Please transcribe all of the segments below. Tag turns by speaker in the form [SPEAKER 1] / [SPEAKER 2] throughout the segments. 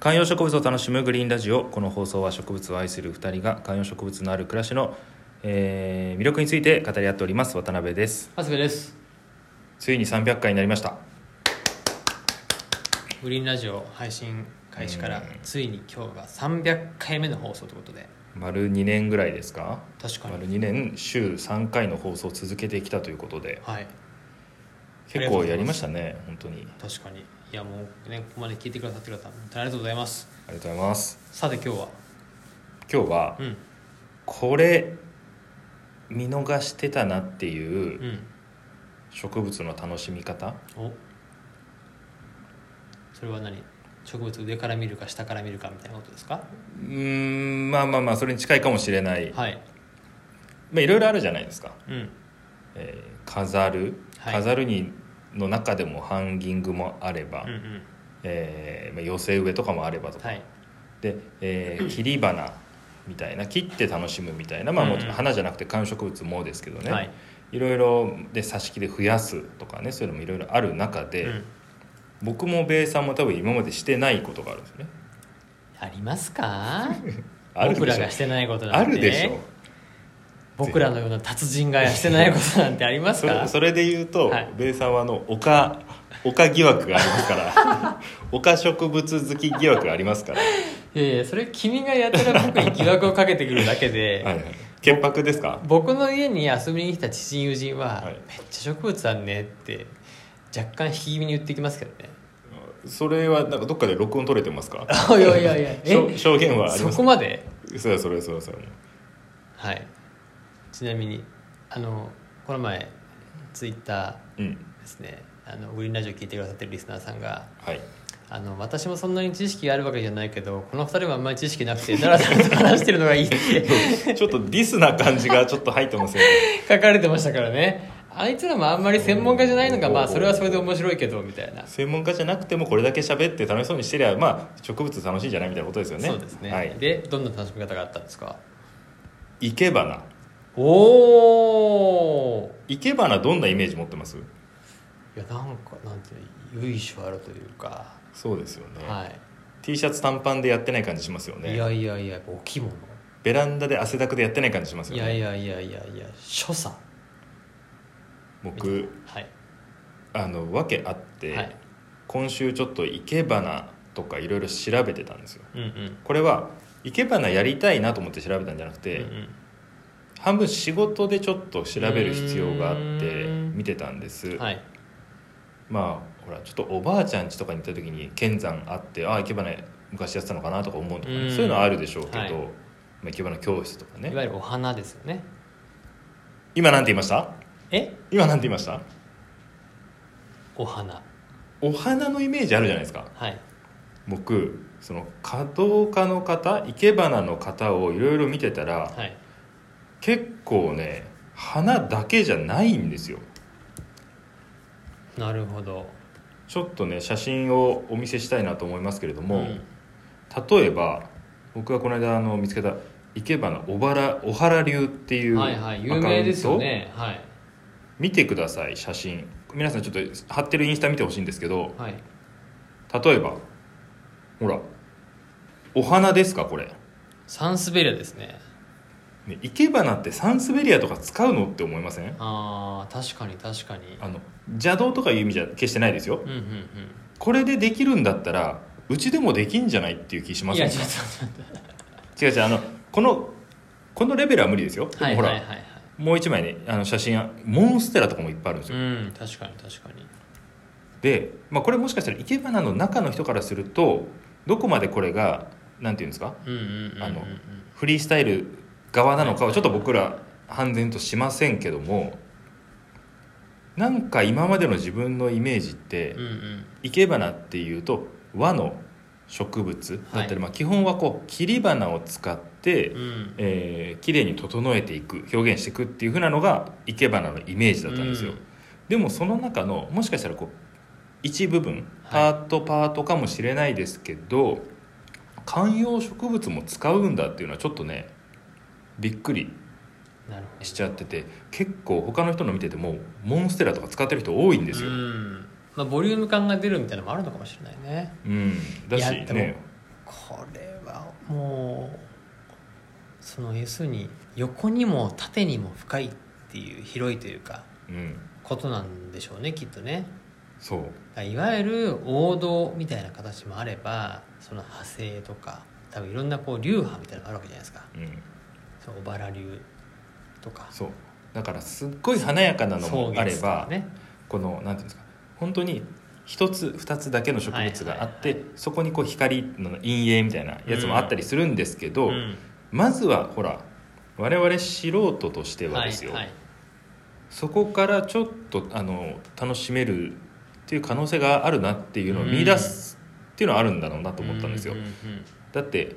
[SPEAKER 1] 観葉植物を楽しむグリーンラジオこの放送は植物を愛する2人が観葉植物のある暮らしの、えー魅力について語り合っております渡辺です
[SPEAKER 2] 長谷部です
[SPEAKER 1] ついに300回になりました
[SPEAKER 2] グリーンラジオ配信開始から
[SPEAKER 1] うん
[SPEAKER 2] ついに今日が300回目の放送ということで
[SPEAKER 1] 丸2年ぐらいですか
[SPEAKER 2] 確か
[SPEAKER 1] 丸
[SPEAKER 2] に
[SPEAKER 1] 2年週3回の放送を続けてきたということで
[SPEAKER 2] はい
[SPEAKER 1] 結構やりましたね本当に
[SPEAKER 2] 確かにいやもうねここまで聞いてくださってる方本当にありがとうございます
[SPEAKER 1] ありがとうございます
[SPEAKER 2] さて今日は
[SPEAKER 1] 今日は
[SPEAKER 2] うん
[SPEAKER 1] これ見逃してたなっていううん植物の楽しみ方
[SPEAKER 2] おそれは何植物上から見るか下から見るかみたいなことですか
[SPEAKER 1] うーんまあまあまあそれに近いかもしれない
[SPEAKER 2] はい
[SPEAKER 1] まあいろいろあるじゃないですか、
[SPEAKER 2] うん
[SPEAKER 1] えー飾る、
[SPEAKER 2] はい
[SPEAKER 1] 飾るにの中でもハンギングもあれば、
[SPEAKER 2] うんうん
[SPEAKER 1] えーまあ、寄せ植えとかもあればとか、
[SPEAKER 2] はい
[SPEAKER 1] で、えー切り花みたいな切って楽しむみたいな、まあ、もちろ
[SPEAKER 2] うんん
[SPEAKER 1] 花じゃなくて観植物もですけどね、
[SPEAKER 2] はい
[SPEAKER 1] いろいろで挿し木で増やすとかねそういうのもいろいろある中で、
[SPEAKER 2] うん
[SPEAKER 1] 僕もべイさんも多分今までしてないことがあるんですよね
[SPEAKER 2] ありますか
[SPEAKER 1] ある
[SPEAKER 2] 僕
[SPEAKER 1] で
[SPEAKER 2] ら
[SPEAKER 1] しょ
[SPEAKER 2] がしてないことな
[SPEAKER 1] あ
[SPEAKER 2] んて
[SPEAKER 1] るでしょ
[SPEAKER 2] 僕らのような達人がしてないことなんてあります
[SPEAKER 1] そ
[SPEAKER 2] か
[SPEAKER 1] れそれで言うと、
[SPEAKER 2] はい
[SPEAKER 1] べイさんはあの丘丘疑惑がありますから 丘植物好き疑惑がありますから
[SPEAKER 2] いやいやそれ君がやたら僕に疑惑をかけてくるだけ で、
[SPEAKER 1] はいはい潔白ですか
[SPEAKER 2] 僕の家に遊びに来た知人友人
[SPEAKER 1] は
[SPEAKER 2] は、
[SPEAKER 1] い
[SPEAKER 2] めっちゃ植物あんねって若干引き気味に言ってきますけどね
[SPEAKER 1] それはなんかどっかで録音取れてますか
[SPEAKER 2] いやいやいや
[SPEAKER 1] 証
[SPEAKER 2] え
[SPEAKER 1] 証言はあり
[SPEAKER 2] そ
[SPEAKER 1] ます
[SPEAKER 2] こまで
[SPEAKER 1] そうだそれそれそれ
[SPEAKER 2] はいちなみにあのこの前ツイッタ
[SPEAKER 1] うん
[SPEAKER 2] ーですねあのグリーンラジオ聞いてくださってるリスナーさんが
[SPEAKER 1] はい
[SPEAKER 2] あの私もそんなに知識があるわけじゃないけどこの二人はあんまり知識なくてダラダラと話してるのがいいって
[SPEAKER 1] ちょっとディスな感じがちょっと入ってますよね
[SPEAKER 2] 書かれてましたからねあいつらもあんまり専門家じゃないのがまあ
[SPEAKER 1] おー
[SPEAKER 2] それはそれで面白いけどみたいな
[SPEAKER 1] 専門家じゃなくてもこれだけ喋って楽しそうにしてりゃまあ植物楽しいんじゃないみたいなことですよね
[SPEAKER 2] そうですね、
[SPEAKER 1] はい、
[SPEAKER 2] でどんな楽しみ方があったんですか
[SPEAKER 1] 生け花
[SPEAKER 2] おお
[SPEAKER 1] 生け花どんなイメージ持ってます
[SPEAKER 2] いやなんかなんていうの由緒あるというか、
[SPEAKER 1] そうですよね、
[SPEAKER 2] はい、
[SPEAKER 1] T シャツ短パンでやってない感じしますよね
[SPEAKER 2] いやいやいやお着物
[SPEAKER 1] ベランダで汗だくでやってない感じしますよ
[SPEAKER 2] い
[SPEAKER 1] ね
[SPEAKER 2] やいやいやいやいや所作
[SPEAKER 1] 僕
[SPEAKER 2] はい
[SPEAKER 1] あの訳あって、
[SPEAKER 2] はい
[SPEAKER 1] 今週ちょっと生け花とかいろいろ調べてたんですよ
[SPEAKER 2] うんうん
[SPEAKER 1] これは生け花やりたいなと思って調べたんじゃなくて、
[SPEAKER 2] うんうん
[SPEAKER 1] 半分仕事でちょっと調べる必要があって
[SPEAKER 2] うん
[SPEAKER 1] 見てたんです、
[SPEAKER 2] はい
[SPEAKER 1] まあほらちょっとおばあちゃん家とかに行った時に剣山あってああ生け花昔やってたのかなとか思うとかね、
[SPEAKER 2] うん
[SPEAKER 1] そういうのはあるでしょうけど、
[SPEAKER 2] はい
[SPEAKER 1] まあ、生け花教室とか
[SPEAKER 2] い
[SPEAKER 1] ね
[SPEAKER 2] わゆるお花ですよね
[SPEAKER 1] 今なんて言いました
[SPEAKER 2] え
[SPEAKER 1] 今なんて言いました
[SPEAKER 2] お花
[SPEAKER 1] お花のイメージあるじゃないですか
[SPEAKER 2] はい
[SPEAKER 1] 僕その華道家の方生け花の方をいろいろ見てたら、
[SPEAKER 2] はい
[SPEAKER 1] 結構ね花だけじゃないんですよ
[SPEAKER 2] なるほど
[SPEAKER 1] ちょっとね写真をお見せしたいなと思いますけれども、
[SPEAKER 2] ん
[SPEAKER 1] 例えば僕がこの間あの見つけた生け花小原小原流っていう
[SPEAKER 2] はいはい有名ですよねはい
[SPEAKER 1] 見てください写真皆さんちょっと貼ってるインスタ見てほしいんですけど
[SPEAKER 2] はい
[SPEAKER 1] 例えばほらお花ですかこれ、
[SPEAKER 2] サンスベリアですね
[SPEAKER 1] ね、生け花ってサンスベリアとか使うのって思いません
[SPEAKER 2] あー確かに確かに
[SPEAKER 1] あの邪道とかいう意味じゃ決してないですよ
[SPEAKER 2] うんうん
[SPEAKER 1] これでできるんだったらうちでもできんじゃないっていう気し
[SPEAKER 2] うん
[SPEAKER 1] ま
[SPEAKER 2] い
[SPEAKER 1] すよ
[SPEAKER 2] や
[SPEAKER 1] ね
[SPEAKER 2] ちょっと待って
[SPEAKER 1] 違う違うあのこのこのレベルは無理ですよ、でも
[SPEAKER 2] はい
[SPEAKER 1] ほ
[SPEAKER 2] はい
[SPEAKER 1] ら、
[SPEAKER 2] はいはい
[SPEAKER 1] もう一枚ねあの写真モンステラとかもいっぱいあるんです
[SPEAKER 2] う
[SPEAKER 1] よ、
[SPEAKER 2] ん確かに確かに
[SPEAKER 1] で、まあ、これもしかしたら生け花の中の人からするとどこまでこれがなんていうんですか
[SPEAKER 2] うんうんうんうんうん
[SPEAKER 1] あのフリースタイル側なのかはちょっと僕ら判然としませんけどもなんか今までの自分のイメージって
[SPEAKER 2] うんうん
[SPEAKER 1] 生け花っていうと和の植物だった
[SPEAKER 2] は
[SPEAKER 1] り、
[SPEAKER 2] い
[SPEAKER 1] まあ基本はこう切り花を使って、
[SPEAKER 2] うん
[SPEAKER 1] えー、綺麗に整えていく表現していくっていう風なのが生け花のイメージだったんですよ、
[SPEAKER 2] うん
[SPEAKER 1] でもその中のもしかしたらこう一部分パ
[SPEAKER 2] はい
[SPEAKER 1] ートパートかもしれないですけど、観葉植物も使うんだっていうのはちょっとねびっくり
[SPEAKER 2] なるほど
[SPEAKER 1] しちゃってて結構他の人の見ててもモンステラとか使ってる人多いんですよ、
[SPEAKER 2] うんまあボリューム感が出るみたいなのもあるのかもしれないね
[SPEAKER 1] うん、だし
[SPEAKER 2] いやでも
[SPEAKER 1] ね
[SPEAKER 2] これはもうその要するに横にも縦にも深いっていう広いというか
[SPEAKER 1] うん
[SPEAKER 2] ことなんでしょうねきっとね
[SPEAKER 1] そう
[SPEAKER 2] だからいわゆる王道みたいな形もあればその派生とか多分いろんなこう流派みたいなのがあるわけじゃないですか
[SPEAKER 1] うん
[SPEAKER 2] その小原流とか
[SPEAKER 1] そうだからすっごい華やかなのもあれ
[SPEAKER 2] 草月とか
[SPEAKER 1] ば、
[SPEAKER 2] ね
[SPEAKER 1] このなんていうんですか本当に一つ二つだけの植物があって、
[SPEAKER 2] はいはい
[SPEAKER 1] そこにこう光の陰影みたいなやつもあったりするんですけど、
[SPEAKER 2] うん
[SPEAKER 1] まずはほら我々素人としてはですよ、
[SPEAKER 2] はいはい
[SPEAKER 1] そこからちょっとあの楽しめるっていう可能性があるなっていうのを見出すっていうのはあるんだろうなと思ったんですよ。
[SPEAKER 2] うう
[SPEAKER 1] だって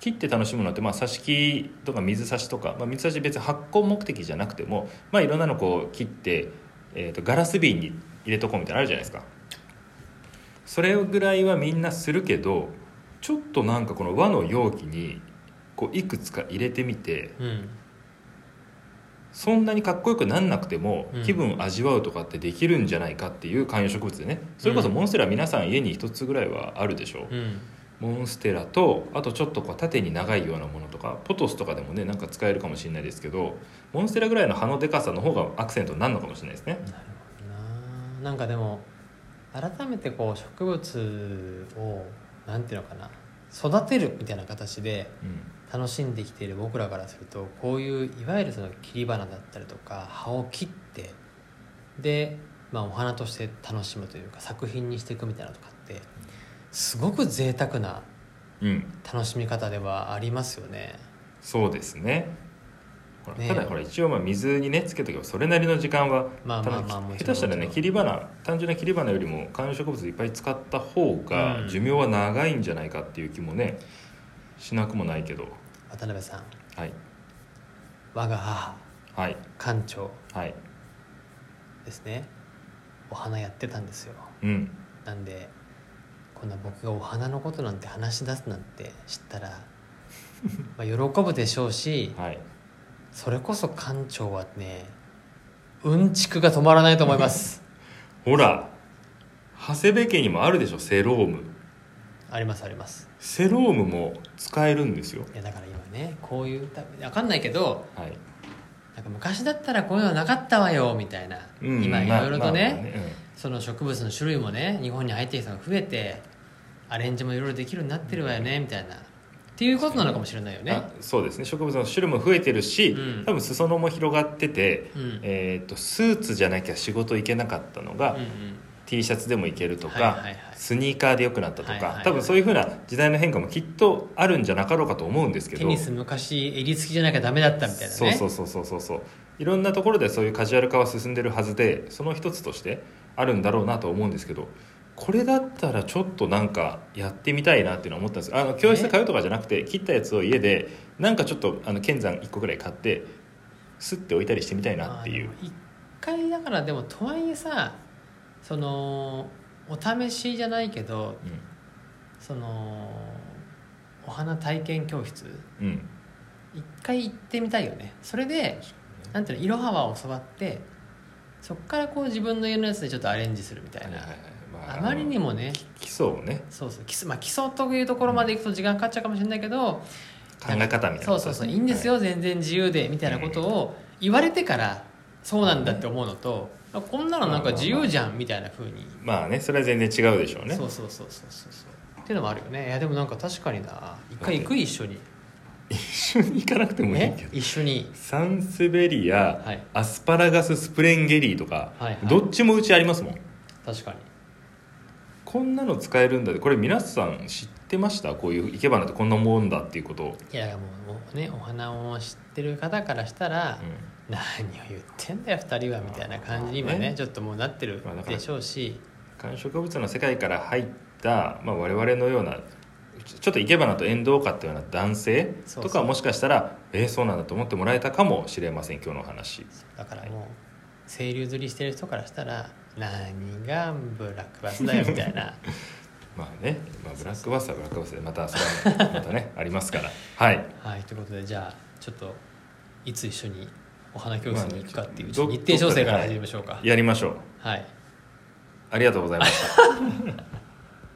[SPEAKER 1] 切って楽しむのって、まあ、挿し木とか水挿しとか、まあ、水挿し別に発酵目的じゃなくても、まあ、いろんなのこう切って、えー、とガラス瓶に入れとこうみたいなのあるじゃないですかそれぐらいはみんなするけどちょっとなんかこの和の容器にこういくつか入れてみて
[SPEAKER 2] うんうん
[SPEAKER 1] そんなにかっこよくなんなくても
[SPEAKER 2] うん
[SPEAKER 1] 気分味わうとかってできるんじゃないかっていう観葉植物でねそれこそモンステラ皆さん家に一つぐらいはあるでしょう、
[SPEAKER 2] うんうん
[SPEAKER 1] モンステラとあとちょっとこう縦に長いようなものとかポトスとかでもねなんか使えるかもしれないですけどモンステラぐらいの葉のでかさの方がアクセントになるのかもしれないですね
[SPEAKER 2] なるほどななんかでも改めてこう植物をなんていうのかな育てるみたいな形で
[SPEAKER 1] うん
[SPEAKER 2] 楽しんできている僕らからするとこういういわゆるその切り花だったりとか葉を切ってで、まあ、お花として楽しむというか作品にしていくみたいなのとかってすごく贅沢な
[SPEAKER 1] うん
[SPEAKER 2] 楽しみ方ではありますよね。
[SPEAKER 1] そうですねほら
[SPEAKER 2] ねえ
[SPEAKER 1] ただほら一応まあ水にねつけとけばそれなりの時間は
[SPEAKER 2] まあ
[SPEAKER 1] ただ
[SPEAKER 2] まあまあもち
[SPEAKER 1] 下
[SPEAKER 2] ろん
[SPEAKER 1] 手したら
[SPEAKER 2] もち
[SPEAKER 1] ね
[SPEAKER 2] ろん
[SPEAKER 1] 切り花単純な切り花よりも観葉植物いっぱい使った方
[SPEAKER 2] う
[SPEAKER 1] が
[SPEAKER 2] ん
[SPEAKER 1] 寿命は長いんじゃないかっていう気もねしなくもないけど
[SPEAKER 2] 渡辺さん
[SPEAKER 1] はい
[SPEAKER 2] 我が母
[SPEAKER 1] はい
[SPEAKER 2] 館長
[SPEAKER 1] はい
[SPEAKER 2] ですねお花やってたんですよ
[SPEAKER 1] うん
[SPEAKER 2] なんでこんな僕がお花のことなんて話し出すなんて知っ たらまあ喜ぶでしょうし
[SPEAKER 1] はい
[SPEAKER 2] それこそ館長はねうんちくが止まらないと思います
[SPEAKER 1] ほら長谷部家にもあるでしょセローム
[SPEAKER 2] ありますあります
[SPEAKER 1] セロームも使えるんですよ
[SPEAKER 2] いやだから今ねこういうた分かんないけど
[SPEAKER 1] はい、
[SPEAKER 2] なんか昔だったらこういうのなかったわよみたいな、今いろいろと
[SPEAKER 1] まあま
[SPEAKER 2] ね,、
[SPEAKER 1] あね
[SPEAKER 2] その植物の種類もね日本に入ってきたのが増えてアレンジもいろいろできるようになってるわよね、みたいなっていうことなのかもしれないよ
[SPEAKER 1] うん
[SPEAKER 2] ね
[SPEAKER 1] あそうですね植物の種類も増えてるし、
[SPEAKER 2] うん
[SPEAKER 1] 多分裾野も広がってて、
[SPEAKER 2] うん
[SPEAKER 1] えー、とスーツじゃなきゃ仕事行けなかったのが、
[SPEAKER 2] うんうん
[SPEAKER 1] T シャツでも行けるとか、
[SPEAKER 2] はいはいはい
[SPEAKER 1] スニーカーで良くなったとか、
[SPEAKER 2] はいはいはい
[SPEAKER 1] 多分そういうふうな時代の変化もきっとあるんじゃなかろうかと思うんですけど
[SPEAKER 2] テニス昔襟付きじゃなきゃダメだったみたいなね
[SPEAKER 1] そうそうそうそうそうそういろんなところでそういうカジュアル化は進んでるはずでその一つとしてあるんだろうなと思うんですけどこれだったらちょっとなんかやってみたいなっていうのは思ったんですあの教室通うとかじゃなくて切ったやつを家でなんかちょっとあの剣山1個ぐらい買ってすって置いたりしてみたいなっていう
[SPEAKER 2] あの一回だからでもとはいえさそのお試しじゃないけどそのお花体験教室
[SPEAKER 1] うん、うん、
[SPEAKER 2] 一回行ってみたいよねそれでなんていうのいろはは教わってそっからこう自分の家のやつでちょっとアレンジするみたいな、
[SPEAKER 1] ま
[SPEAKER 2] あまりに
[SPEAKER 1] も
[SPEAKER 2] もね
[SPEAKER 1] 基礎をね
[SPEAKER 2] そうそう基礎,、まあ、基礎というところまで行くと時間かかっちゃうかもしれないけど、
[SPEAKER 1] 考え方みたいなことですね、
[SPEAKER 2] そうそうそういいんですよ、全然自由でみたいなことを言われてからそうなんだって思うのと、あこんなのなんか自由じゃんみたいなふうに、
[SPEAKER 1] まあねそれは全然違うでしょうね
[SPEAKER 2] そうそうそうそうそうそうっていうのもあるよねいやでもなんか確かにな一回行く一緒に
[SPEAKER 1] 一緒に行かなくてもいいけ
[SPEAKER 2] ね
[SPEAKER 1] ど
[SPEAKER 2] 一緒に
[SPEAKER 1] サンスベリア、
[SPEAKER 2] はい
[SPEAKER 1] アスパラガススプレンゲリーとか、
[SPEAKER 2] はいはい
[SPEAKER 1] どっちもうちありますもん
[SPEAKER 2] 確かに
[SPEAKER 1] こんなの使えるんだってこれ皆さん知ってましたこういう生け花ってこんなもんだっていうことを、
[SPEAKER 2] いやもうもうねお花を知ってる方からしたら、
[SPEAKER 1] う
[SPEAKER 2] 何を言ってんだよ2人はみたいな感じに今ね
[SPEAKER 1] ね
[SPEAKER 2] ちょっともうなってる
[SPEAKER 1] まあだから
[SPEAKER 2] でしょうし、
[SPEAKER 1] ん、観葉植物の世界から入った、まあ、我々のようなちょちょっと生け花と縁遠かったような男性
[SPEAKER 2] そうそ
[SPEAKER 1] と
[SPEAKER 2] う
[SPEAKER 1] かはもしかしたらえー、そうなんだと思ってもらえたかもしれません今日のお話
[SPEAKER 2] だからもう清流釣りしてる人からしたら何がブラックバスだよみたいな
[SPEAKER 1] まあね、まあ、ブラックバスはブラックバスでまたそれはまたねありますからはい
[SPEAKER 2] はいということでじゃあちょっといつ一緒にお花教室に行くかっていう
[SPEAKER 1] まあ
[SPEAKER 2] ちょっと日程調整から始めましょうか
[SPEAKER 1] やりましょう
[SPEAKER 2] はい
[SPEAKER 1] ありがとうございました